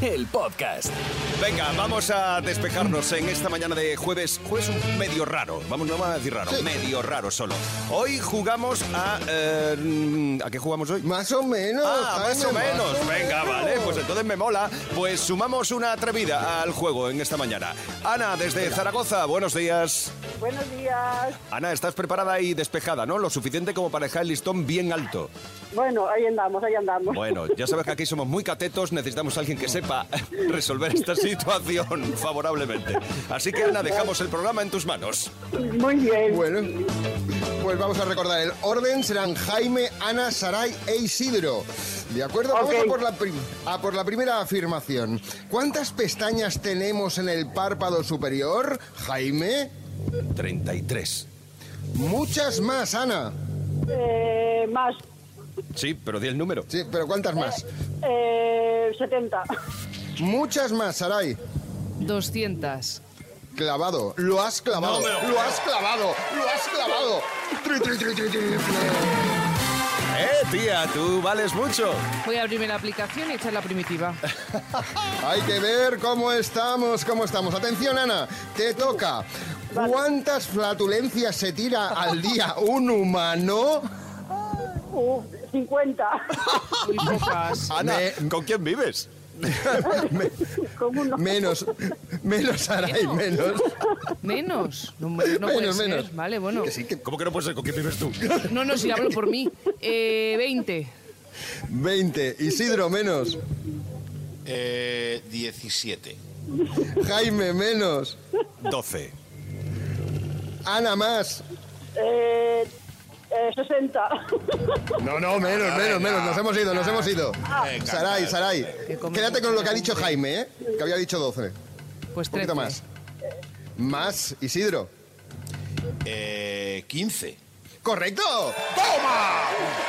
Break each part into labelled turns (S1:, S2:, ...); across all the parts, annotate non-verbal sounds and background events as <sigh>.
S1: el podcast.
S2: Venga, vamos a despejarnos en esta mañana de jueves. Jueves un medio raro. Vamos, no vamos a decir raro. Medio raro solo. Hoy jugamos a. eh, ¿A qué jugamos hoy?
S3: Más o menos.
S2: Ah,
S3: Jaime,
S2: más o menos.
S3: o
S2: Venga,
S3: menos.
S2: vale. Pues entonces me mola. Pues sumamos una atrevida al juego en esta mañana. Ana, desde Zaragoza, buenos días.
S4: Buenos días.
S2: Ana, estás preparada y despejada, ¿no? Lo suficiente como para dejar el listón bien alto.
S4: Bueno, ahí andamos, ahí andamos.
S2: Bueno, ya sabes que aquí somos muy catetos, necesitamos a alguien que sepa <laughs> resolver esta situación favorablemente. Así que Ana, dejamos el programa en tus manos.
S4: <laughs> Muy bien.
S3: Bueno, pues vamos a recordar el orden. Serán Jaime, Ana, Saray e Isidro. ¿De acuerdo? Vamos
S4: Ok.
S3: a por, la prim- a por la primera afirmación. ¿Cuántas pestañas tenemos en el párpado superior, Jaime?
S2: 33.
S3: Muchas más, Ana.
S4: Eh, más
S2: Sí, pero di el número.
S3: Sí, pero ¿cuántas más?
S4: eh, 70.
S3: Muchas más, Saray.
S5: 200.
S3: Clavado. Lo has clavado.
S2: No me lo
S3: lo has clavado. Lo has clavado. Tri, tri, tri, tri, tri.
S2: Eh, tía, tú vales mucho.
S5: Voy a abrirme la aplicación y echar la primitiva.
S3: Hay que ver cómo estamos, cómo estamos. Atención, Ana, te toca. ¿Cuántas flatulencias se tira al día un humano?
S4: Uh,
S2: <laughs>
S4: 50.
S3: <laughs>
S5: Muy pocas.
S2: Ana, ¿con quién vives?
S4: Con uno.
S3: Menos, menos, Aray, menos.
S5: Menos. No, menos no
S3: Menos,
S5: puede
S3: menos.
S5: ser. Vale, bueno.
S2: ¿Cómo que no puede ser con quién vives
S3: <laughs>
S2: tú?
S5: No, no, si hablo por mí. Eh, 20.
S3: 20. Isidro, menos.
S6: Eh, 17.
S3: Jaime, menos.
S2: 12.
S3: Ana, más.
S4: Eh, eh, 60.
S3: No, no, menos, menos, menos. Nos hemos ido, nos hemos ido.
S6: Venga,
S3: Saray, Saray.
S5: Que come
S3: Quédate con lo que ha dicho
S5: mucho.
S3: Jaime, ¿eh? Que había dicho 12. Un
S5: Pues 13.
S3: poquito más. Más, Isidro.
S6: Eh, 15.
S3: ¡Correcto!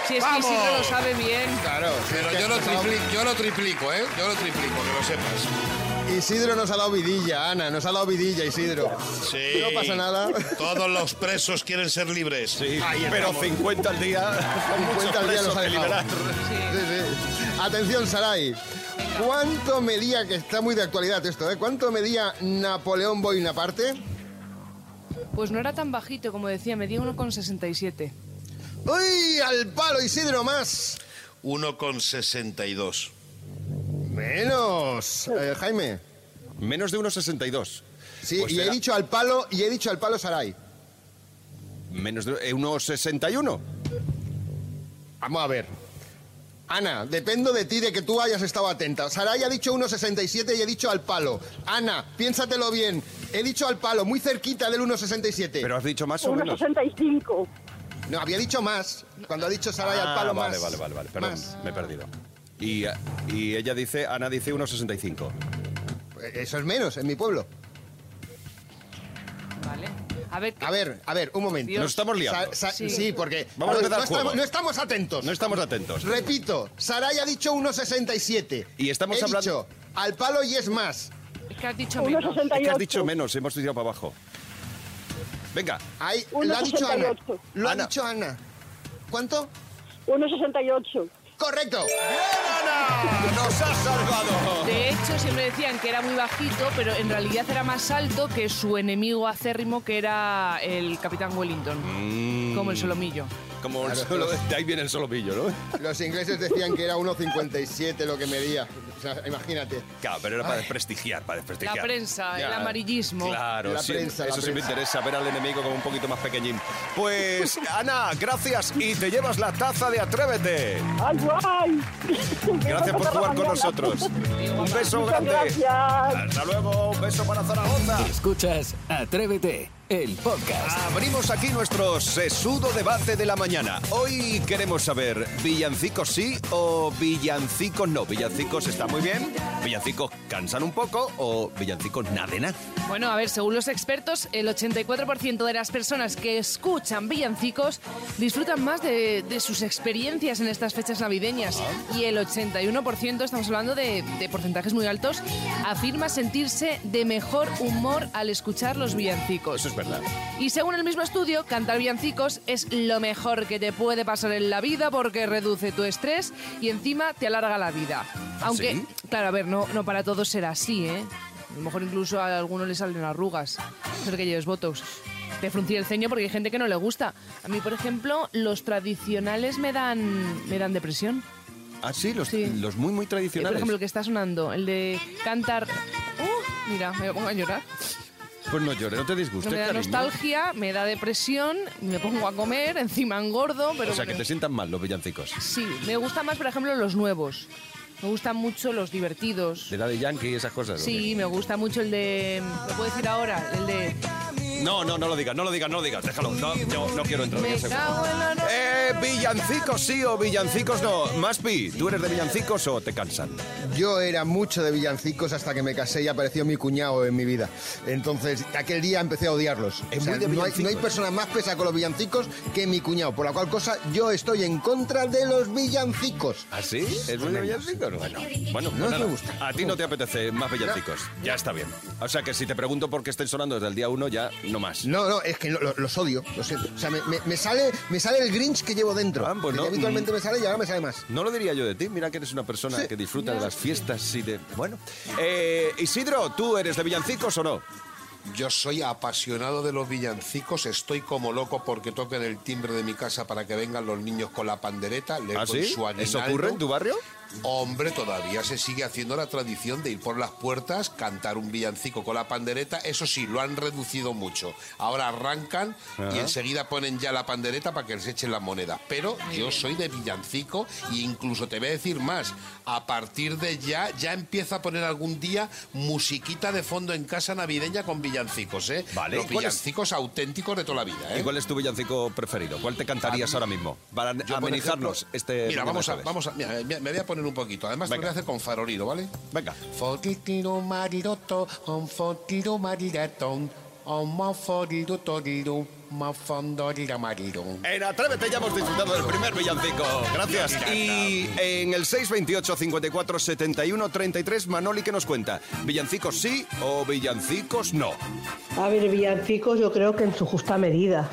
S5: Si es que Isidro lo sabe bien.
S3: Claro.
S6: Pero yo lo, tripli- yo lo triplico, ¿eh? Yo lo triplico, que lo sepas.
S3: Isidro nos ha dado vidilla, Ana, nos ha dado vidilla, Isidro.
S6: Sí.
S3: No pasa nada.
S6: Todos los presos quieren ser libres.
S2: Sí, pero 50 al día.
S3: 50 al día nos ha
S2: que
S3: dejado.
S2: liberar.
S3: Sí, sí. Atención, Saray. ¿Cuánto medía, que está muy de actualidad esto, ¿eh? ¿Cuánto medía Napoleón Bonaparte?
S5: Pues no era tan bajito como decía, medía 1,67.
S3: ¡Uy! ¡Al palo, Isidro, más!
S6: 1,62.
S3: Menos. Eh, Jaime.
S2: Menos de 1,62.
S3: Sí,
S2: Pues
S3: y he
S2: será.
S3: dicho al palo, y he dicho al palo Saray.
S2: Menos de eh, 1,61.
S3: Vamos a ver. Ana, dependo de ti, de que tú hayas estado atenta. Saray ha dicho 1,67 y he dicho al palo. Ana, piénsatelo bien. He dicho al palo, muy cerquita del 1,67.
S2: Pero has dicho más o menos.
S4: 1,65.
S3: No, había dicho más. Cuando ha dicho Saray
S2: Ah,
S3: al palo
S2: vale,
S3: más.
S2: Vale, vale, vale, perdón,
S3: Más.
S2: me he perdido. Y, eh, y ella dice, Ana dice 1,65.
S3: Eso es menos en mi pueblo.
S5: Vale. A ver,
S3: A ver, a ver, un momento.
S5: Dios.
S2: Nos estamos liando.
S3: Sa- sa- sí.
S5: Sí.
S3: porque
S2: Vamos a empezar
S3: no,
S2: el juego.
S3: estamos, no estamos atentos.
S2: No estamos atentos.
S3: Repito, Saray ha dicho 1,67.
S2: Y estamos
S3: He
S2: hablando-
S3: dicho al palo y es más.
S5: es que has dicho menos.
S4: 1,68.
S2: Es que has dicho menos, hemos tirado para abajo. Venga,
S3: Ahí, lo ha dicho Ana.
S4: 1,68.
S3: Lo
S2: Ana.
S3: ha dicho Ana. ¿Cuánto?
S4: 1,68.
S3: Correcto.
S2: nos ha salvado.
S5: De hecho, siempre decían que era muy bajito, pero en realidad era más alto que su enemigo acérrimo, que era el Capitán Wellington.
S3: Mm.
S5: Como el solomillo.
S2: Como el solo- de ahí viene el solomillo, ¿no?
S3: Los ingleses decían que era 1,57 lo que medía. O sea, imagínate.
S2: Claro, pero era para desprestigiar, para desprestigiar.
S5: La prensa, el
S2: Ya.
S5: amarillismo.
S2: Claro,
S3: La
S2: sí,
S3: prensa, la
S2: eso sí me
S3: prensa.
S2: interesa, ver al enemigo como un poquito más pequeñín.
S3: <laughs>
S2: Pues, Ana, gracias y te llevas la taza de Atrévete.
S4: ¡Ay, guay!
S2: Gracias por jugar con nosotros.
S4: <laughs>
S2: Un beso
S4: Muchas
S2: grande.
S4: gracias.
S2: Hasta luego, un beso para Zaragoza.
S1: Escuchas Atrévete, el podcast.
S2: Abrimos aquí nuestro sesudo debate de la mañana. Hoy queremos saber, ¿villancicos sí o villancicos no? ¿Villancicos está muy bien? ¿Villancicos cansan un poco o villancicos nada de nada?
S5: Bueno, a ver, según los expertos, el 84% de las personas que escuchan villancicos disfrutan más de, de sus experiencias en estas fechas navideñas. Y el 81%, estamos hablando de, de porcentajes muy altos, afirma sentirse de mejor humor al escuchar los villancicos.
S2: Eso es verdad.
S5: Y según el mismo estudio, cantar villancicos es lo mejor que te puede pasar en la vida porque reduce tu estrés y encima te alarga la vida. Aunque,
S2: sí?
S5: claro, a ver, no, no para todos será así, ¿eh? A lo mejor incluso a algunos le salen arrugas, a ser que lleves botox. Te fruncir el ceño porque hay gente que no le gusta. A mí, por ejemplo, los tradicionales me dan, me dan depresión.
S2: Ah, sí, los,
S5: Sí.
S2: los muy, muy
S5: Eh, por
S2: tradicionales.
S5: ejemplo, el que está sonando, el de cantar... Uh, mira, me pongo a llorar.
S2: Pues no llores, no te
S5: No
S2: disgustes,
S5: me da
S2: cariño.
S5: nostalgia, me da depresión, me pongo a comer, encima engordo, pero
S2: O sea, que
S5: bueno.
S2: te sientan mal los villancicos.
S5: sí, me gustan más, por ejemplo, los nuevos. Me gustan mucho los divertidos.
S2: De la de Yankee y esas cosas. ¿o
S5: Sí, me gusta mucho el de lo puedo decir ahora, el de
S2: qué? No, no, no lo digas, no lo digas, no lo digas. Déjalo. No, yo no quiero entrar en
S5: me
S2: ese
S5: cago en la no-
S2: Eh, villancicos sí o villancicos no. Maspi, ¿tú eres de villancicos o te cansan?
S3: Yo era mucho de villancicos hasta que me casé y apareció mi cuñado en mi vida. Entonces, aquel día empecé a odiarlos.
S2: Es muy de
S3: no, hay,
S2: villancicos.
S3: no hay persona más pesa con los villancicos que mi cuñado. Por la cual cosa, yo estoy en contra de los villancicos.
S2: ¿Ah, sí? ¿Es muy de villancicos? Bueno, bueno pues
S3: No
S2: nada.
S3: me gusta.
S2: A ti no te apetece más villancicos. Ya está bien. O sea que si te pregunto por qué estén sonando desde el día uno, ya no más.
S3: No, no, es que lo- lo- los odio, lo siento. O sea, me, me- me sale, me sale el Grinch que llevo dentro.
S2: Ah, pues
S3: Que
S2: no,
S3: habitualmente
S2: mm.
S3: me sale y ahora me sale más.
S2: No lo diría yo de ti, mira que eres una persona que disfruta de las fiestas y de... Bueno. Eh, Isidro, ¿tú eres de villancicos o no?
S6: Yo soy apasionado de los villancicos, estoy como loco porque toquen el timbre de mi casa para que vengan los niños con la pandereta, le
S2: ¿Ah,
S6: doy
S2: sí?
S6: su
S2: ¿Eso
S6: aguinaldo.
S2: ocurre en tu barrio?
S6: Hombre, todavía se sigue haciendo la tradición de ir por las puertas, cantar un villancico con la pandereta. Eso sí, lo han reducido mucho. Ahora arrancan y enseguida ponen ya la pandereta para que les echen las monedas. Pero yo soy de villancico e incluso te voy a decir más. A partir de ya, ya empieza a poner algún día musiquita de fondo en casa navideña con villancicos, ¿eh?
S2: Vale, ¿y
S6: Los
S2: cuál es?
S6: villancicos auténticos de toda la vida, ¿eh?
S2: ¿Y cuál es tu villancico preferido? ¿Cuál te cantarías ahora mismo? Para
S6: Yo, por
S2: amenizarnos
S6: ejemplo,
S2: este...
S6: Mira, vamos a,
S2: jueves.
S6: vamos a. mira, me me voy a poner un poquito. Además, te lo
S2: Venga.
S6: voy a hacer con farolino, ¿vale?
S2: Venga.
S6: Fotitiro mariroto, on fotiro mariratón, on ma foriro toriro, ma fondorira mariro.
S2: En Atrévete ya hemos disfrutado del primer villancico. Gracias. Y en el 628 54 71 33, Manoli, ¿qué nos cuenta? ¿Villancicos sí o villancicos no?
S7: A ver, villancicos yo creo que en su justa medida,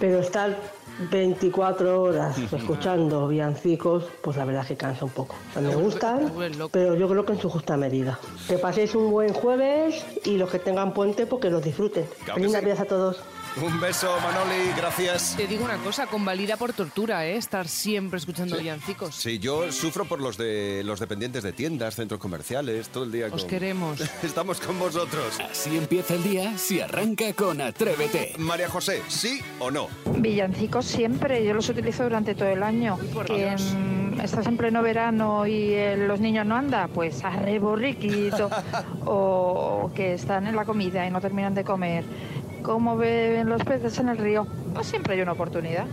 S7: pero estar 24 horas escuchando villancicos, pues la verdad es que cansa un poco. O sea, Me gustan,
S5: vuelves loco.
S7: pero yo creo que en su justa medida. Que paséis un buen jueves y los que tengan puente, porque los disfruten.
S2: Claro que
S7: Feliz
S2: sí.
S7: Navidad a todos.
S2: Un beso, Manoli, gracias.
S5: Te digo una cosa, convalida por tortura, ¿eh? Estar siempre escuchando villancicos.
S2: Sí, yo sufro por los de los dependientes de tiendas, centros comerciales, todo el día.
S5: Os
S2: con-
S5: queremos.
S2: <laughs> Estamos con vosotros.
S1: Así empieza el día si arranca con Atrévete.
S2: María José, ¿sí o no?
S8: Villancicos siempre, yo los utilizo durante todo el año. Que, mm, estás en pleno verano y eh, los niños no andan, pues arre borriquito. o que están en la comida y no terminan de comer. Como beben los peces en el río, pues siempre hay una oportunidad.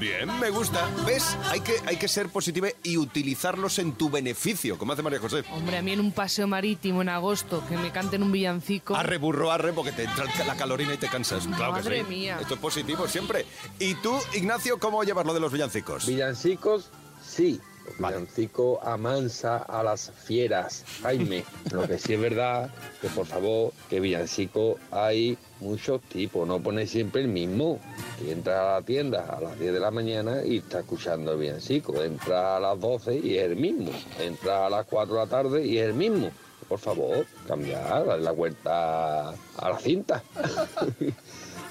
S2: Bien, me gusta. ¿Ves? Hay que, hay que ser positiva y utilizarlos en tu beneficio, como hace María José.
S5: Hombre, a mí en un paseo marítimo en agosto que me canten un villancico.
S2: Arre, burro, arre, porque te entra el ca- la calorina y te cansas. Claro que
S5: Madre
S2: sí.
S5: mía.
S2: Esto es positivo siempre. ¿Y tú, Ignacio, cómo llevas lo de los villancicos?
S9: Villancicos, sí.
S2: Vale.
S9: Villancico amansa a las fieras,
S2: <laughs>
S9: Jaime. Lo que sí es verdad, que por favor, que villancico hay muchos tipos, no pones siempre el mismo. Que entra a la tienda a las 10 de la mañana y está escuchando el villancico. Entra a las 12 y es el mismo. Entra a las 4 de la tarde y es el mismo. Por favor, cambiar, darle la vuelta a la
S2: <laughs>
S9: cinta.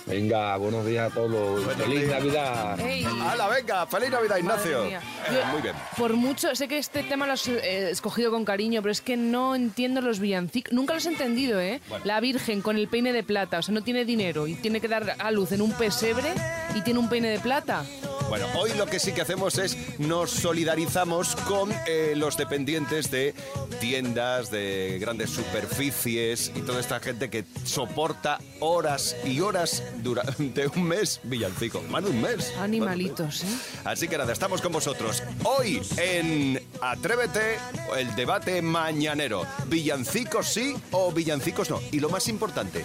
S9: Venga, buenos días a todos. y
S2: Buenos
S9: Feliz
S2: días.
S9: Navidad.
S5: ¡Ey!
S2: ¡Hala, venga! ¡Feliz Navidad,
S5: Madre
S2: Ignacio!
S5: mía.
S2: Eh,
S5: Yo,
S2: muy bien.
S5: Por mucho, sé que este tema lo has eh, escogido con cariño, pero es que no entiendo los villancicos. Nunca los he entendido, ¿eh? La Virgen con el peine de plata, o sea, no tiene dinero y tiene que dar a luz en un pesebre y tiene un peine de plata.
S2: Bueno, hoy lo que sí que hacemos es nos solidarizamos con eh, los dependientes de tiendas, de grandes superficies y toda esta gente que soporta horas y horas <laughs> durante un mes villancico. Más de un mes.
S5: Animalitos, ¿eh?
S2: Así que nada, estamos con vosotros. Hoy en Atrévete, el debate mañanero. ¿Villancicos sí o villancicos no? Y lo más importante,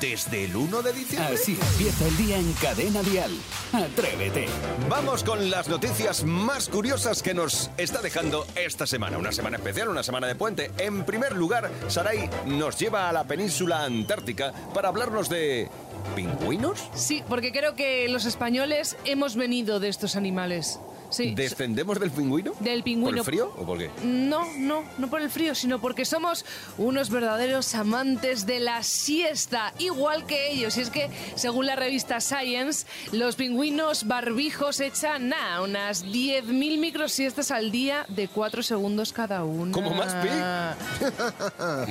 S2: desde el 1 de diciembre.
S5: Ah,
S1: Así empieza el día en Cadena Dial. Atrévete.
S2: Vamos con las noticias más curiosas que nos está dejando esta semana. Una semana especial, una semana de puente. En primer lugar, Sarai nos lleva a la península antártica para hablarnos de. ¿Pingüinos?
S5: Sí, porque creo que los españoles hemos venido de estos animales. Sí.
S2: ¿Descendemos del pingüino?
S5: Del pingüino.
S2: ¿Por el frío o por qué?
S5: No, no, no por el frío, sino porque somos unos verdaderos amantes de la siesta, igual que ellos. Y es que, según la revista Science, los pingüinos barbijos echan nada, unas 10.000 microsiestas al día de 4 segundos cada una.
S2: ¿Cómo más, Pi?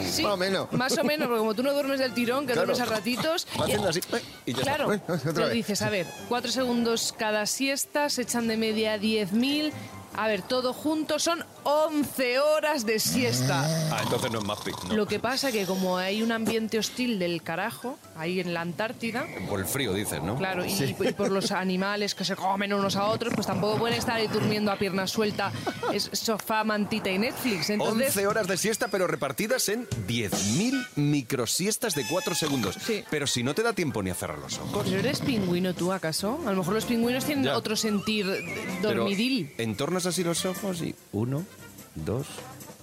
S5: Sí,
S3: Más o menos.
S5: Más o menos, porque como tú no duermes del tirón, que
S2: Claro.
S5: duermes a ratitos.
S2: Haciendo así, eh, y ya
S5: Claro,
S3: Bueno, otra
S5: pero
S3: vez.
S5: dices, a ver, cuatro segundos cada siesta, se echan de media 10.000. A ver, todo junto son 11 horas de siesta.
S2: Ah, entonces no es más pi. no. pues.
S5: Lo que pasa que como hay un ambiente hostil del carajo, ahí en la Antártida,
S2: Por el frío, dices, ¿no?
S5: claro, y, y por los animales que se comen unos a otros, pues tampoco pueden estar ahí durmiendo a pierna suelta. Es sofá, mantita y Netflix. Entonces,
S2: 11 horas de siesta, pero repartidas en 10.000 microsiestas de 4 segundos.
S5: Sí.
S2: Pero si no te da tiempo ni a cerrar los ojos.
S5: ¿pero eres pingüino tú acaso? A lo mejor los pingüinos tienen
S2: Ya.
S5: otro sentir eh, dormidil.
S2: Pero entornas así los ojos y 1, 2,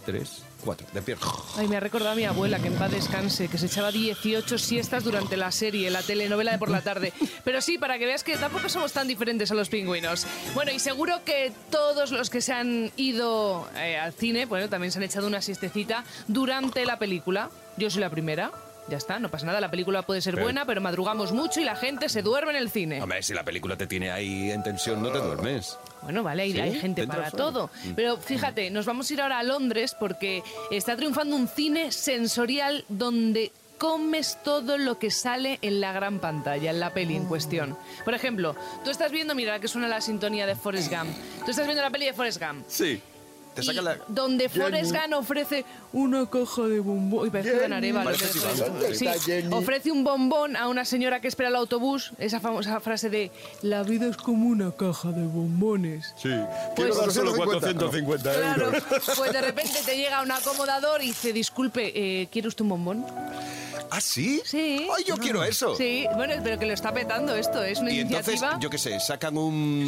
S2: 3, 4. De pie.
S5: Ay, me ha recordado a mi abuela, que en paz descanse, que se echaba 18 siestas durante la serie, la telenovela de por la tarde. Pero sí, para que veas que tampoco somos tan diferentes a los pingüinos. Bueno, y seguro que todos los que se han ido eh, al cine, bueno, también se han echado una siestecita durante la película. Yo soy la primera. Ya está, no pasa nada, la película puede ser
S2: Pero-
S5: buena, pero madrugamos mucho y la gente se duerme en el cine.
S2: Hombre, si la película te tiene ahí en tensión, no te duermes.
S5: Bueno, vale, hay,
S2: Sí,
S5: hay gente
S2: dentro Mm.
S5: para
S2: solo.
S5: todo. Pero fíjate, nos vamos a ir ahora a Londres porque está triunfando un cine sensorial donde comes todo lo que sale en la gran pantalla, en la peli en cuestión. Por ejemplo, tú estás viendo, mira, ahora que suena la sintonía de Forrest Gump. Tú estás viendo la peli de Forrest Gump.
S2: Sí. Te
S5: y
S2: saca la.
S5: Donde Forrest Gump ofrece una caja de bombón. Uy, parece Don Arevalo,
S2: Parece
S5: pero
S2: Silvano.
S5: Forrest Gump.
S2: ¿Dónde
S5: Sí, Ofrece un bombón a una señora que espera el autobús. Esa famosa frase de: La vida es como una caja de bombones.
S2: Sí.
S3: Quiero dar solo 450
S5: Claro, pues de repente te llega un acomodador y dice, disculpe, eh, ¿quiere usted un bombón?
S2: ¿Ah, sí?
S5: Sí.
S2: ¡Ay, yo quiero eso!
S5: Sí, bueno, pero que lo está petando esto, es una
S2: Y entonces,
S5: iniciativa...
S2: yo qué sé, sacan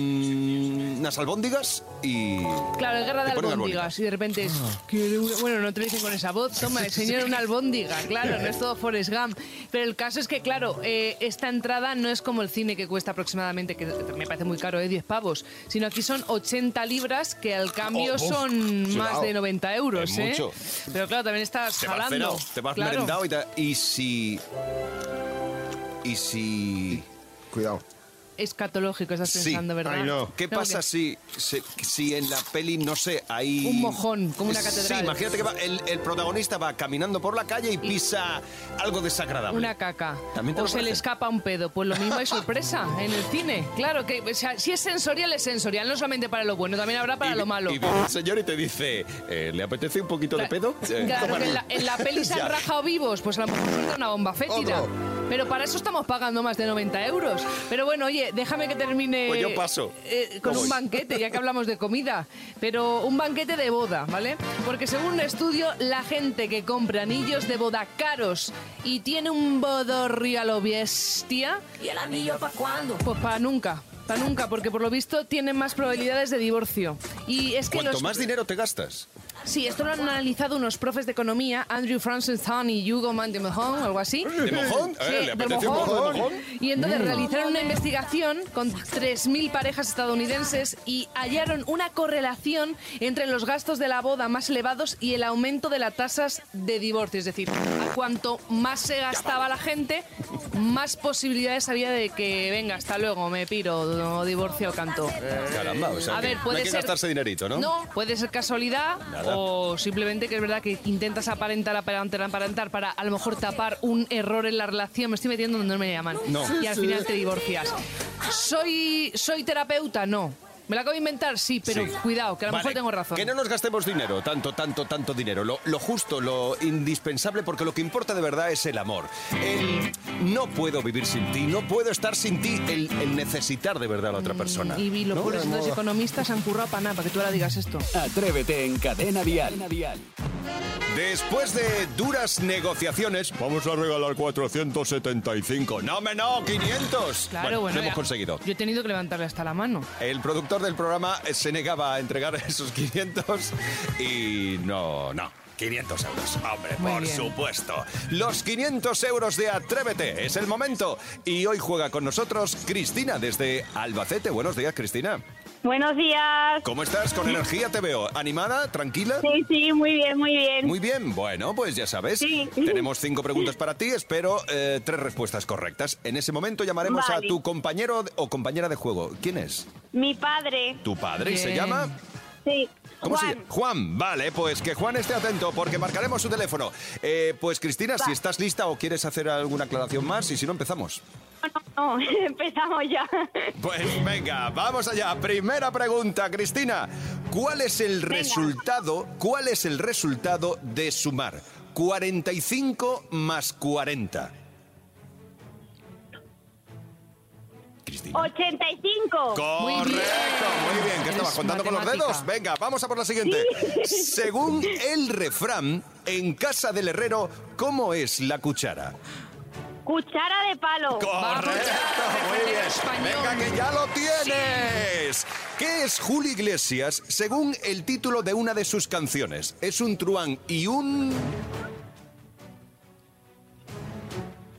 S2: un... unas albóndigas y.
S5: Claro, es guerra de
S2: Te ponen
S5: albóndigas y de repente es,
S2: Ah.
S5: "Quiere una-". Bueno, no te lo dicen con esa voz, toma, el señor una albóndiga, claro, no es todo Forrest Gump. Pero el caso es que, claro, eh, esta entrada no es como el cine que cuesta aproximadamente, que me parece muy caro, eh, 10 pavos, sino aquí son 80 libras que al cambio
S2: Oh, uf,
S5: son más
S2: cuidado.
S5: de 90 euros,
S2: Es
S5: ¿eh?
S2: mucho.
S5: Pero claro, también estás
S2: Te vas
S5: jalando.
S2: cenado, te vas
S5: claro.
S2: merendado y, te- y si. Y si.
S3: Cuidado.
S5: Escatológico estás
S2: Sí.
S5: pensando, ¿verdad?
S3: Ay, no.
S2: ¿Qué
S5: No,
S2: pasa
S5: que-
S2: si, si, si en la peli, no sé, hay.
S5: Un mojón, como una catedral.
S2: Sí, imagínate que va- el, el protagonista va caminando por la calle y pisa algo desagradable.
S5: Una caca.
S2: También te
S5: O
S2: lo
S5: se le
S2: ofrecen.
S5: escapa un pedo. Pues lo mismo hay sorpresa en el cine. Claro, que o sea, si es sensorial, es sensorial. No solamente para lo bueno, también habrá para
S2: Y-
S5: lo malo.
S2: Y viene el señor y te dice, eh, ¿le apetece un poquito de pedo? <laughs> Eh,
S5: <laughs> Claro,
S2: tómale.
S5: que en la, en la peli
S2: <laughs>
S5: se
S2: Ya.
S5: han rajado vivos, pues a lo mejor suelta una bomba fétida.
S3: Otro.
S5: Pero para eso estamos pagando más de 90 euros. Pero bueno, oye, déjame que termine
S2: Pues yo paso.
S5: eh, con
S2: No
S5: un
S2: voy.
S5: banquete, ya que hablamos de comida. Pero un banquete de boda, ¿vale? Porque según un estudio, la gente que compra anillos de boda caros y tiene un bodorrio a lo bestia... ¿Y el anillo para cuándo? Pues para nunca. Para nunca, porque por lo visto tienen más probabilidades de divorcio. Y es que
S2: Cuanto
S5: los-
S2: más dinero te gastas.
S5: Sí, esto lo han analizado unos profes de economía, Andrew Francis Tan y Hugo Mandemojón, algo así.
S2: ¿De mojón?
S5: Sí,
S2: Eh, ¿Le
S5: de
S2: apetece un
S5: mojón.
S2: poco de mojón? Mm.
S5: Y entonces realizaron una investigación con 3.000 parejas estadounidenses y hallaron una correlación entre los gastos de la boda más elevados y el aumento de las tasas de divorcio. Es decir, a cuanto más se gastaba la gente, más posibilidades había de que, venga, hasta luego, me piro, no divorcio, canto.
S2: Caramba, o sea,
S5: A
S2: que
S5: ver,
S2: no
S5: puede
S2: hay que
S5: ser
S2: gastarse dinerito, ¿no?
S5: No, puede ser casualidad
S2: Nada.
S5: o simplemente que es verdad que intentas aparentar, aparentar, aparentar para a lo mejor tapar un error en la relación. Me estoy metiendo donde no me llaman.
S3: No.
S5: Y al final te divorcias. ¿Soy, soy terapeuta? No. ¿Me la acabo de inventar? Sí, pero
S2: Sí.
S5: cuidado, que a lo
S2: Vale,
S5: mejor tengo razón.
S2: Que no nos gastemos dinero, tanto, tanto, tanto dinero. Lo, lo justo, lo indispensable, porque lo que importa de verdad es el amor. El no puedo vivir sin ti, no puedo estar sin ti, el, el necesitar de verdad a la otra persona.
S5: Y vi los puros entonces economistas se han currado para nada, para que tú ahora digas esto.
S1: Atrévete en Cadena Dial.
S2: Después de duras negociaciones, vamos a regalar 475. No, me no, 500.
S5: Claro,
S2: bueno,
S5: bueno,
S2: lo hemos
S5: ya.
S2: conseguido.
S5: Yo he tenido que levantarle hasta la mano.
S2: El productor del programa eh, se negaba a entregar <laughs> esos 500 y no, no. 500 euros, hombre,
S5: Muy
S2: por
S5: bien.
S2: supuesto. Los 500 euros de Atrévete, es el momento. Y hoy juega con nosotros Cristina desde Albacete. Buenos días, Cristina.
S4: Buenos días.
S2: ¿Cómo estás? Con energía te veo. ¿Animada? ¿Tranquila?
S4: Sí, sí, muy bien, muy bien.
S2: Muy bien, bueno, pues ya sabes,
S4: Sí.
S2: tenemos cinco preguntas para ti, espero eh, tres respuestas correctas. En ese momento llamaremos
S4: Vale.
S2: a tu compañero o compañera de juego. ¿Quién es?
S4: Mi padre,
S2: ¿Tu padre? ¿Y se
S5: Bien.
S2: llama?
S4: sí.
S2: ¿Cómo se
S4: Juan,
S2: llama? Juan, vale, pues que Juan esté atento porque marcaremos su teléfono. Eh, pues Cristina, si estás lista o quieres hacer alguna aclaración más y si no empezamos.
S4: no, <laughs> no, empezamos ya.
S2: Pues venga, vamos allá. Primera pregunta, Cristina. ¿Cuál es el resultado? ¿Cuál es el resultado de sumar 45 más 40? Cristina.
S4: 85.
S2: Correcto,
S5: Muy bien.
S2: muy bien. ¿Qué estabas
S5: Eres
S2: contando con los
S5: matemática.
S2: dedos? Venga, vamos a por la siguiente. Según el refrán, en casa del herrero, ¿cómo es la cuchara?
S4: Cuchara de palo.
S5: Vamos,
S2: Correcto,
S5: ya,
S2: muy bien.
S5: español.
S2: Venga, que ya lo tienes. ¿Qué es Julio Iglesias según el título de una de sus canciones? Es un truán y un...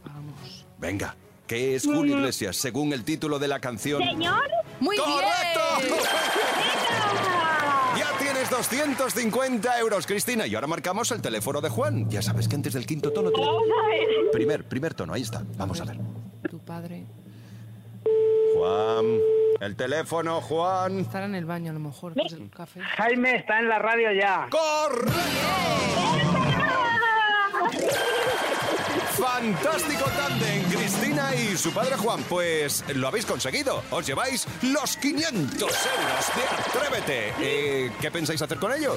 S2: Vamos. Venga, ¿qué es Julio Iglesias según el título de la canción?
S4: Señor.
S5: ¡Muy
S2: ¡Correcto!
S5: bien!
S4: venga.
S2: Ya tienes 250 euros, Cristina. Y ahora marcamos el teléfono de Juan. Ya sabes que antes del quinto tono... tienes-
S4: Vamos a ver.
S2: Primer, primer tono, ahí está. <laughs> Vamos a ver.
S5: Tu padre
S2: Juan, el teléfono, Juan.
S5: estará en el baño a lo mejor, después del café.
S10: Jaime está en la radio ya.
S2: Ah. ¡Correcto! Fantástico tándem, Cristina y su padre Juan. Pues lo habéis conseguido. Os lleváis los 500 euros de Atrévete. Eh, ¿Qué pensáis hacer con ello?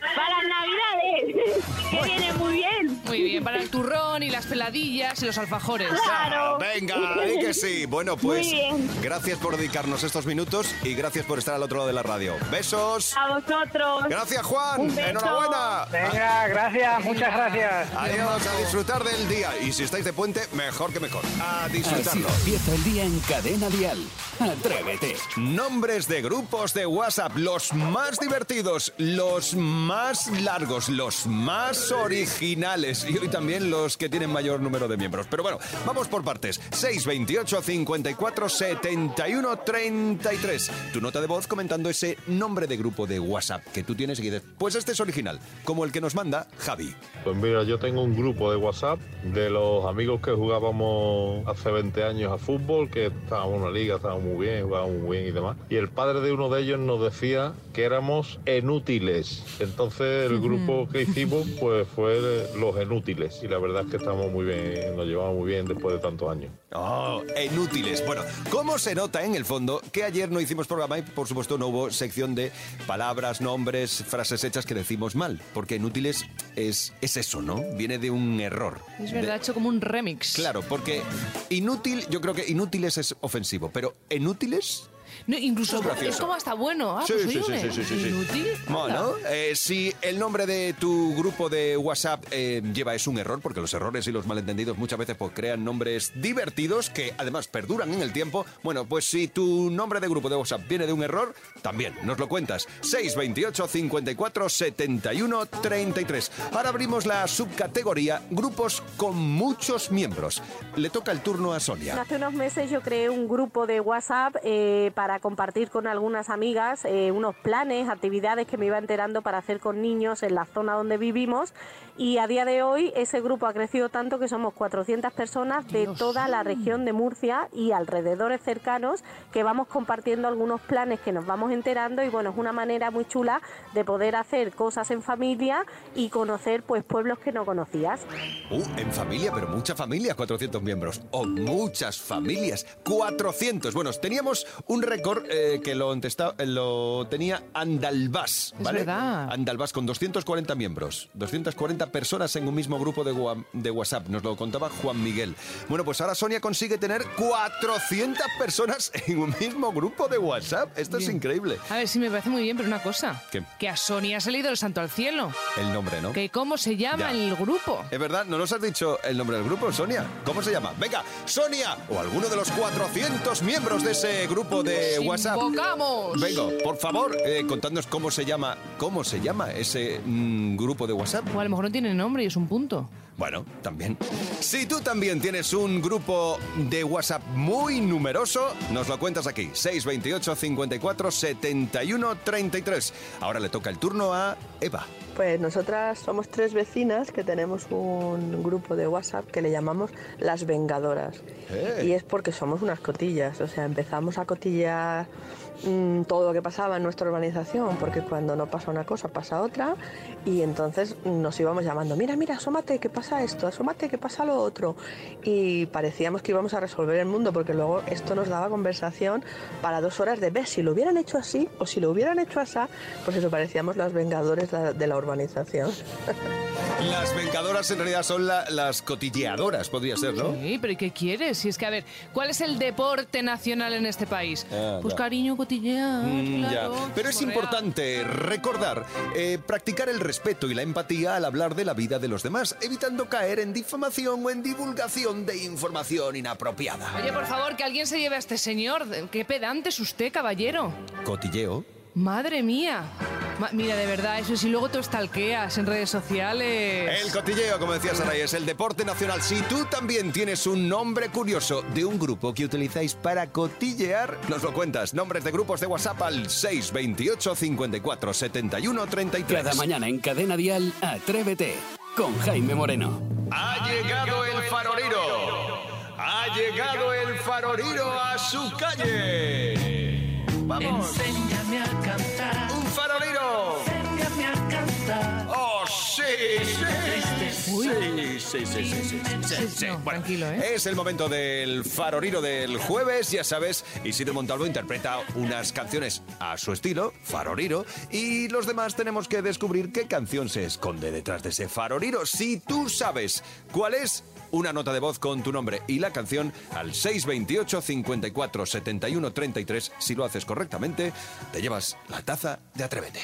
S4: Para Navidades. Que viene muy bien.
S5: Muy bien, para el turrón y las peladillas y los alfajores.
S4: Claro.
S2: Venga, ahí que sí. Bueno, pues
S4: Muy bien.
S2: gracias por dedicarnos estos minutos y gracias por estar al otro lado de la radio. Besos.
S4: A vosotros.
S2: Gracias, Juan.
S4: Un beso.
S2: Enhorabuena.
S10: Venga, gracias, muchas gracias.
S2: Adiós, a disfrutar del día. Y si estáis de puente, mejor que mejor. A
S1: Así
S2: disfrutarlo.
S1: empieza el día en Cadena Dial. Atrévete.
S2: Nombres de grupos de WhatsApp, los más divertidos, los más largos, los más originales y hoy también los que tienen mayor número de miembros. Pero bueno, vamos por partes. 628 54 71 33. Tu nota de voz comentando ese nombre de grupo de WhatsApp que tú tienes y dices, pues este es original, como el que nos manda Javi.
S9: Pues mira, yo tengo un grupo de WhatsApp de los amigos que jugábamos hace 20 años a fútbol, que estábamos en una liga, estábamos muy bien, jugábamos muy bien y demás. Y el padre de uno de ellos nos decía que éramos inútiles. Entonces el grupo que hicimos pues fue los inútiles. Y la verdad es que estamos muy bien, nos llevamos muy bien después de tantos años.
S2: Oh, inútiles. Bueno, ¿cómo se nota en el fondo que ayer no hicimos programa y por supuesto no hubo sección de palabras, nombres, frases hechas que decimos mal? Porque inútiles es, es eso, ¿no? Viene de un error.
S5: Es verdad, ha hecho como un remix.
S2: Claro, porque inútil, yo creo que inútiles es ofensivo, pero inútiles
S5: No, incluso es,
S2: gracioso.
S5: como hasta bueno. Ah,
S2: Sí,
S5: pues,
S2: sí,
S5: oye,
S2: sí, sí, sí, sí.
S5: Inútil.
S2: Bueno, eh, si el nombre de tu grupo de WhatsApp eh, lleva es un error, porque los errores y los malentendidos muchas veces pues, crean nombres divertidos que además perduran en el tiempo. Bueno, pues si tu nombre de grupo de WhatsApp viene de un error, también nos lo cuentas. 628 54 71 33. Ahora abrimos la subcategoría grupos con muchos miembros. Le toca el turno a Sonia.
S11: Hace unos meses yo creé un grupo de WhatsApp eh, para compartir con algunas amigas eh, unos planes, actividades que me iba enterando para hacer con niños en la zona donde vivimos. Y a día de hoy ese grupo ha crecido tanto que somos 400 personas de toda la región de Murcia y alrededores cercanos que vamos compartiendo algunos planes que nos vamos enterando y bueno, es una manera muy chula de poder hacer cosas en familia y conocer pues pueblos que no conocías.
S2: Uh, en familia, pero mucha familia, 400 miembros. O muchas familias, 400. Bueno, teníamos un récord eh, que lo, entesta- eh, lo tenía Andalbás,
S5: Es
S2: ¿vale?
S5: verdad.
S2: Andalbás con 240 miembros, 240 personas en un mismo grupo de, gua- de WhatsApp, nos lo contaba Juan Miguel. Bueno, pues ahora Sonia consigue tener 400 personas en un mismo grupo de WhatsApp. Esto es
S5: Bien.
S2: increíble.
S5: A ver, sí, me parece muy bien, pero una cosa.
S2: ¿Qué?
S5: Que a Sonia ha salido el santo al cielo.
S2: El nombre, ¿no?
S5: Que cómo se
S2: Ya.
S5: llama el grupo.
S2: Es verdad, no nos has dicho el nombre del grupo, Sonia. ¿Cómo se llama? Venga, Sonia o alguno de los 400 miembros de ese grupo de
S5: Nos
S2: WhatsApp.
S5: invocamos.
S2: Vengo, por favor, eh, contadnos cómo se llama, cómo se llama ese mm, grupo de WhatsApp.
S5: O a lo mejor no tiene nombre y es un punto.
S2: Bueno, también. Si tú también tienes un grupo de WhatsApp muy numeroso, nos lo cuentas aquí. 628 54 71 33. Ahora le toca el turno a Eva.
S12: Pues nosotras somos tres vecinas que tenemos un grupo de WhatsApp que le llamamos Las Vengadoras.
S2: ¡Eh!
S12: Y es porque somos unas cotillas, o sea, empezamos a cotillar mm, todo lo que pasaba en nuestra urbanización, porque cuando no pasa una cosa pasa otra, y entonces nos íbamos llamando, mira, mira, asómate, que pasa esto, asómate, que pasa lo otro. Y parecíamos que íbamos a resolver el mundo, porque luego esto nos daba conversación para dos horas de ver si lo hubieran hecho así o si lo hubieran hecho así, pues eso parecíamos los vengadores la- de la urbanización.
S2: Las vengadoras en realidad son la- las cotilleadoras, podría ser, ¿no?
S5: Sí, pero ¿y qué quieres? Si es que, a ver, ¿cuál es el deporte nacional en este país?
S2: Ah,
S5: pues
S2: ya.
S5: cariño, cotillear.
S2: Mm, ya.
S5: claro,
S2: Pero es
S5: chismorrear.
S2: importante recordar, eh, practicar el respeto y la empatía al hablar de la vida de los demás, evitando caer en difamación o en divulgación de información inapropiada.
S5: Oye, por favor, que alguien se lleve a este señor. Qué pedante es usted, caballero.
S2: Cotilleo.
S5: Madre mía. Ma- mira, de verdad, eso si luego tú estalqueas en redes sociales.
S2: El cotilleo, como decía Saray, es el deporte nacional. Si tú también tienes un nombre curioso de un grupo que utilizáis para cotillear, nos lo cuentas. Nombres de grupos de WhatsApp al 628 54 71 33.
S1: Cada mañana en Cadena Dial, Atrévete con Jaime Moreno.
S2: Ha llegado el faroliro. Ha llegado el faroliro a su calle. Vamos.
S10: Enséñame a cantar,
S2: Un faroliro.
S10: enséñame a cantar.
S2: Oh, sí, sí.
S5: Uy.
S2: Sí, sí, sí, sí, sí, sí, sí, sí.
S5: No,
S2: Bueno,
S5: tranquilo, ¿eh?
S2: Es el momento del faroliro del jueves, ya sabes. Isidro Montalvo interpreta unas canciones a su estilo, faroliro, y los demás tenemos que descubrir qué canción se esconde detrás de ese faroliro. Si tú sabes cuál es, una nota de voz con tu nombre y la canción al 628 54 71 33. Si lo haces correctamente, te llevas la taza de Atrévete.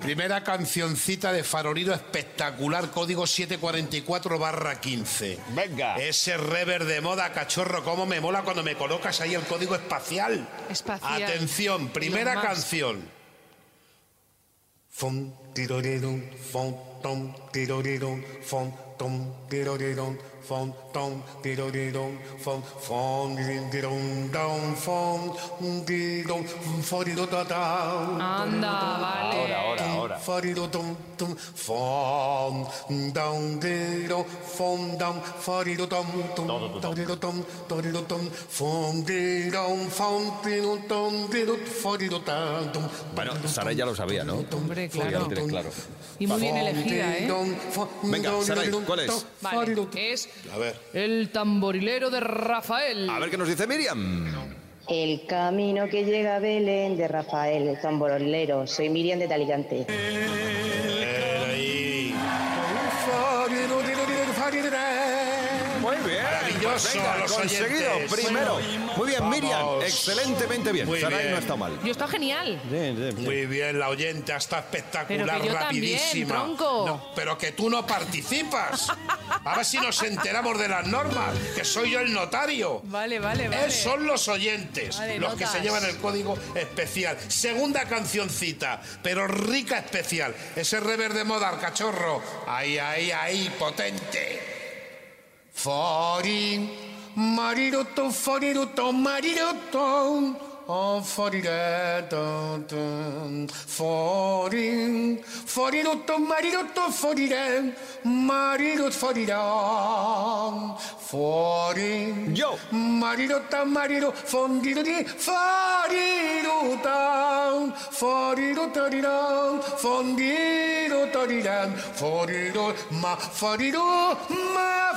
S6: Primera cancioncita de Farolino espectacular, código 744 barra 15.
S2: Venga.
S6: Ese rever de moda, cachorro, cómo me mola cuando me colocas ahí el código espacial.
S5: Espacial.
S6: Atención, primera
S5: Lo más.
S6: canción. Fum, tirorirum, fum, tom, tirorirum, fum, tom, tirorirum, fum, tom, tirorirum, fum, fum, tirum, dum, fum, tirum, forirotatau.
S5: Anda, vale.
S6: Ahora. Faridotum, tum, fom, dam, dero, fom, dam, faridotum, tum, taridotum, taridotum, fom, deram, fom, tirotum, dirut, faridotum, tum,
S2: Bueno, Sara ya lo sabía, ¿no?
S5: Hombre,
S2: Ya lo
S5: claro.
S2: tienes claro.
S5: Y muy bien elegida, ¿eh?
S2: Venga, Saray, ¿cuál es?
S5: Vale, es
S6: A ver.
S5: el tamborilero de Rafael.
S2: A ver qué nos dice Miriam.
S13: El camino que llega a Belén de Rafael, el tamborolero. Soy Miriam de Talicante.
S2: Muy bien. pues
S6: Maravilloso, a los
S2: conseguido
S6: oyentes.
S2: primero. Muy bien,
S6: Vamos.
S2: Miriam. Excelentemente bien.
S6: Muy
S2: Saray
S6: bien.
S2: no está mal.
S5: Yo está genial.
S6: Muy bien, la oyente está
S5: Pero
S6: espectacular,
S5: que yo también,
S6: rapidísima.
S5: tronco.
S6: No, pero que tú no participas. A ver si nos enteramos de las normas, que soy yo el notario.
S5: Vale, vale, vale.
S6: Eh, son los oyentes,
S5: Vale,
S6: los
S5: notas.
S6: que se llevan el código especial. Segunda cancioncita, pero rica especial. Ese rever de moda al cachorro. Ahí, ahí, ahí, potente. Forin, mariroto, foriruto, mariroto.
S14: Oh, forgotten, forin, forirutto, marirutto, forirem, marirut, forirán, forin. Yo. Mariruta, mariru, fondirudi, forirután, forirutorirán, fondirutorirán, foriru, ma, foriru, ma,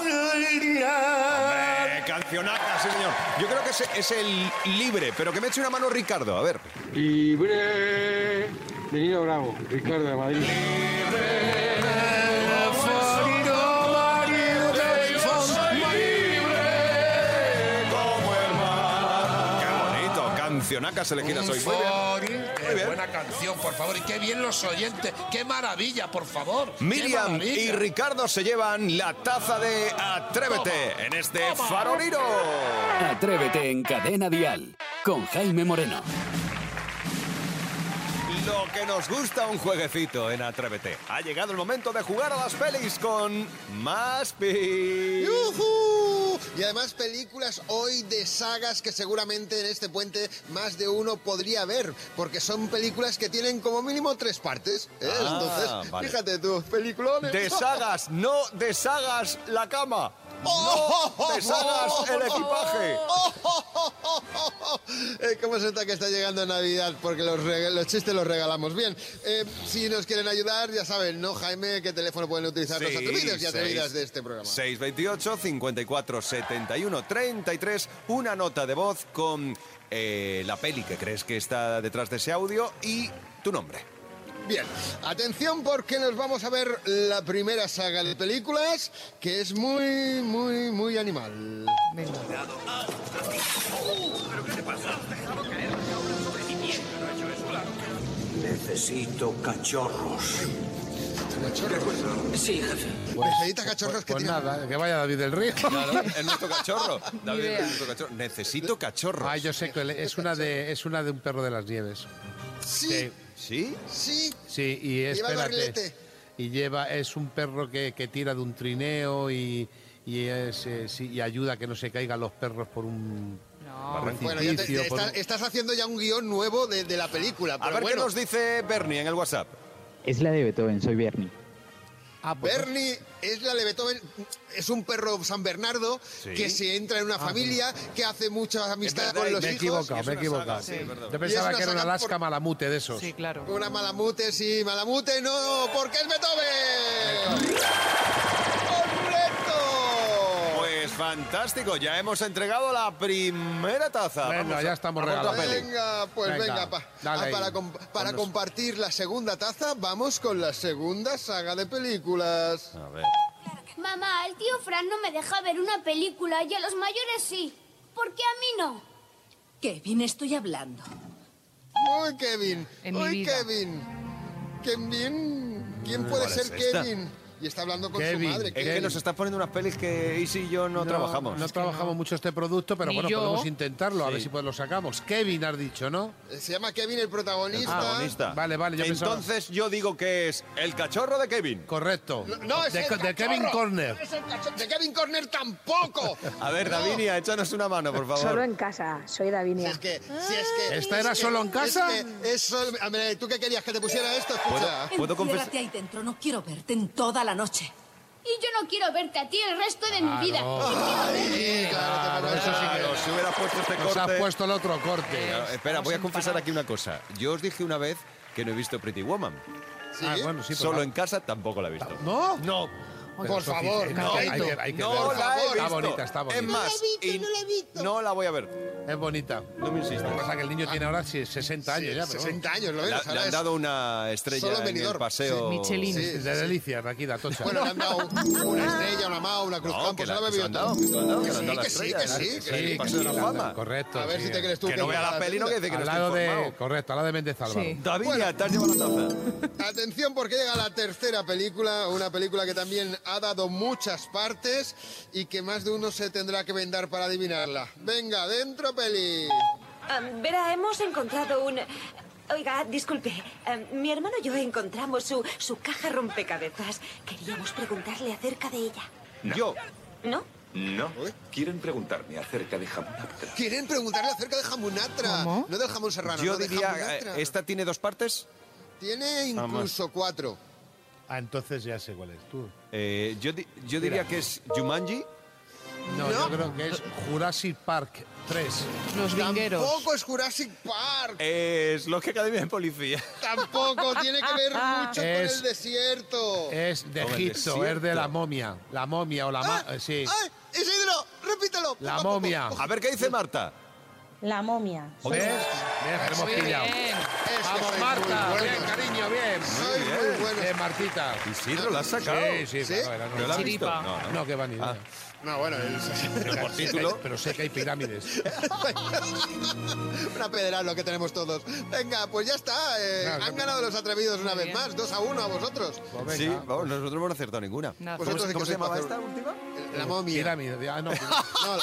S14: forirán.
S2: Eh, cancionaca, sí, señor. Yo creo que es, es el libre, pero que me eche una mano Ricardo, a ver.
S15: Libre de Nino Bravo, Ricardo de Madrid.
S2: Bonito, cancionacas elegidas hoy. Muy bien.
S16: Fori- Qué buena canción, por favor. Y qué bien los oyentes. Qué maravilla, por favor. Qué
S2: Miriam y
S16: maravilla.
S2: Ricardo se llevan la taza de Atrévete en este faroliro.
S1: Atrévete en Cadena Dial con Jaime Moreno.
S2: Lo que nos gusta un jueguecito en Atrévete. Ha llegado el momento de jugar a las pelis con más pis.
S3: ¡Yujú! Y además películas hoy de sagas que seguramente en este puente más de uno podría ver, porque son películas que tienen como mínimo tres partes. ¿eh?
S2: Ah,
S3: Entonces,
S2: vale.
S3: fíjate tú, peliculones.
S2: De sagas, no deshagas la cama. No deshagas el equipaje.
S3: <laughs> Eh, ¿Cómo se está que está llegando Navidad? Porque los, rega- los chistes los regalamos. Bien, eh, si nos quieren ayudar, ya saben, ¿no, Jaime? ¿Qué teléfono pueden utilizar los atrevidos y atrevidas de este programa?
S2: 628 54 71 33. Una nota de voz con eh, la peli que crees que está detrás de ese audio y tu nombre.
S3: Bien, atención porque nos vamos a ver la primera saga de películas que es muy, muy, muy animal.
S14: ¿Pero qué te pasa?
S17: Necesito cachorros. Sí, jefe.
S3: Necesitas
S6: pues,
S3: cachorros que tiran.
S2: Pues que vaya David del <laughs> Río. es nuestro cachorro. David
S3: idea.
S2: es nuestro cachorro. Necesito cachorros.
S6: Ah, yo sé que le- es una de es una de un perro de las nieves.
S3: Sí.
S2: ¿Sí?
S3: Sí.
S6: Sí, y
S3: Lleva
S6: espérate.
S3: barrilete.
S6: Y lleva es un perro que, que tira de un trineo y y, es, eh, sí, y ayuda a que no se caigan los perros por un
S3: Bueno, ya eh, te-
S6: precipicio,
S3: te
S6: por
S3: estás,
S6: un-
S3: estás haciendo ya un guión nuevo de, de la película.
S2: A
S3: pero
S2: ver
S3: bueno,
S2: qué nos dice Bernie en el WhatsApp.
S12: Es la de Beethoven, soy Bernie.
S6: Ah, pues
S3: Bernie es la de Beethoven, es un perro San Bernardo
S6: Sí.
S3: que se entra en una
S6: Ah,
S3: familia, que hace muchas amistades
S6: Me
S3: con los
S6: he
S3: hijos.
S6: equivocado, me he equivocado. Yo pensaba
S3: Y es
S6: que era un
S3: saga
S6: Alaska Malamute de esos.
S3: Sí, claro. Una malamute, sí, malamute no, porque es Beethoven. ¡Correcto!
S2: Pues fantástico, ya hemos entregado la primera taza.
S6: Venga,
S2: Vamos a-
S6: ya estamos
S2: vamos a la
S6: regalados.
S2: peli.
S3: Venga, pues venga,
S6: Venga,
S3: pa-
S6: dale
S3: ah,
S6: ahí.
S3: para, com- para
S6: Con los-
S3: compartir la segunda taza, vamos con la segunda saga de películas.
S2: A ver.
S18: Mamá, el tío Fran no me deja ver una película y a los mayores sí. ¿Por qué a mí no?
S5: Kevin, estoy hablando.
S3: Uy, Kevin.
S5: En mi
S3: Uy,
S5: vida.
S3: Kevin. Kevin. ¿Quién
S2: Mm,
S3: puede
S2: ¿cuál
S3: ser
S2: es esta? Eh.
S3: Kevin? Y está hablando con
S6: Kevin,
S3: su madre.
S2: Es que nos estás poniendo unas pelis que Isi y yo no, trabajamos.
S6: No trabajamos mucho este producto, pero
S2: Ni
S6: bueno,
S2: yo.
S6: podemos intentarlo, a ver
S2: Sí.
S6: si pues lo sacamos. Kevin has dicho, ¿no?
S3: Eh, Se llama Kevin el protagonista.
S2: Protagonista.
S6: Vale, vale, yo pensaba-
S2: Entonces yo digo que es el cachorro de Kevin.
S6: Correcto.
S3: No, es
S6: de,
S3: el
S6: de Kevin
S3: cachorro.
S6: Corner.
S3: Es el cachorro. De Kevin Corner tampoco.
S2: A ver, Davinia, échanos una mano, por favor.
S4: Solo en casa, soy Davinia.
S3: Es que, si es que,
S2: ¿Esta
S3: es
S2: era
S3: que-
S2: solo en casa?
S3: Es que es solo- a ver, ¿tú qué querías que te pusiera esto? Escucha.
S5: Enciérrate ahí dentro, no quiero verte en toda la noche.
S18: Y yo no quiero verte a ti el resto de mi vida.
S2: Claro, claro, si hubieras puesto este
S6: Nos
S2: corte.
S6: has puesto el otro corte.
S2: Claro, espera, voy a confesar aquí una cosa. Yo os dije una vez que no he visto Pretty Woman.
S6: Ah, bueno, sí, pero
S2: Solo
S6: va-
S2: en casa tampoco la he visto.
S6: ¿No?
S2: No.
S6: Pero Por eso sí, favor, hay que- no. hay que- hay que
S2: no
S6: verla.
S2: la he
S6: Está
S2: visto.
S6: bonita, está bonita.
S2: Es
S6: No la he
S2: más, y no la voy a ver.
S6: Es bonita.
S2: No me insistas.
S6: Lo que pasa es que el niño tiene ahora sí, 60 años ya. Pero
S3: 60 años, lo
S2: Le,
S3: ves.
S2: le
S3: ahora
S2: han
S3: es-
S2: dado una estrella
S3: solo
S2: en el
S3: Benidorm.
S2: paseo.
S6: Sí, de delicias, Raquita, tocha.
S3: Bueno, le han
S2: <laughs>
S3: dado una estrella, una mao, una cruz
S2: No,
S3: campo,
S2: que
S3: se
S2: la-
S3: la
S2: que se
S3: bebido
S2: lo han dado, que se lo han dado, que le han dado la
S3: que sí,
S2: estrella,
S3: que
S2: claro,
S3: sí,
S2: que
S3: que
S2: sí,
S3: sí.
S2: paseo de la
S6: sí, la-
S2: fama.
S6: Correcto.
S3: A ver
S6: sí,
S3: si te
S6: eh.
S3: crees tú Que no que vea la la peli, no que
S2: eh,
S3: dice que no
S6: Al
S3: estoy
S6: lado de,
S3: informado.
S6: Correcto, al lado de Méndez Álvaro.
S2: David, ya te has llevado la taza. <laughs>
S3: Atención porque llega la tercera película, una película que también ha dado muchas partes y que más de uno se tendrá que vendar para adivinarla. Venga, dentro peli.
S8: Am, Vera, hemos encontrado un... Oiga, disculpe, am, mi hermano y yo encontramos su, su caja rompecabezas. Queríamos preguntarle acerca de ella.
S2: Yo.
S8: ¿No?
S19: No, quieren preguntarme acerca de Jamunatra.
S3: Quieren preguntarle acerca de jamunatra. No del jamón serrano,
S2: Yo
S3: no de
S2: diría, eh,
S3: jamunatra.
S2: ¿esta tiene dos partes?
S3: Tiene incluso cuatro.
S6: Ah, entonces ya sé cuál es tú.
S2: Eh, yo, di- yo diría que es Jumanji.
S6: No, yo creo que es Jurassic Park 3.
S3: Tampoco es Jurassic Park.
S2: Es los que Academia de Policía.
S3: Tampoco tiene que ver mucho
S6: Es-
S3: con el desierto.
S6: Es de
S2: Como el
S6: Egipto, es de
S2: desierto.
S6: la momia. La momia o la... ma- eh, sí,
S3: Ah, ¡Ay! Isidro, repítelo.
S6: la momia.
S2: A ver qué dice Marta.
S5: La momia.
S6: ¿Ves? ¿Ves? Hemos
S5: Muy
S6: pillado.
S5: bien.
S6: Vamos,
S5: sois
S6: Marta.
S5: muy
S6: Bien,
S5: buenos.
S6: cariño, bien.
S5: Sois muy
S6: Bien.
S5: buenos.
S3: Eh,
S6: Bien, Martita.
S2: Isidro, ¿la has sacado?
S6: Sí, sí.
S2: ¿Sí?
S6: claro, era
S2: ¿No la has visto?
S6: chiripa.
S2: No, no.
S6: No, que va ni idea.
S3: No, bueno, eh,
S6: Pero
S3: Ah, por
S6: sé que hay-
S3: título.
S6: Pero sé que hay pirámides.
S3: <laughs> Una pedra es lo que tenemos todos. Venga, pues ya está. eh,
S2: Claro,
S3: han
S2: que-
S3: ganado los atrevidos una
S2: Muy
S3: vez
S2: bien.
S3: más. Dos a uno a vosotros.
S2: Sí, vamos, nosotros no hemos acertado ninguna.
S3: Nada.
S2: ¿Cómo,
S3: Vosotros
S2: se-
S3: sí
S2: cómo
S3: que
S2: se
S3: sois
S2: llamaba
S3: más
S2: esta
S3: de-
S2: última?
S3: La momia.
S6: Pirámide. Ah, no.
S3: <laughs> No, la-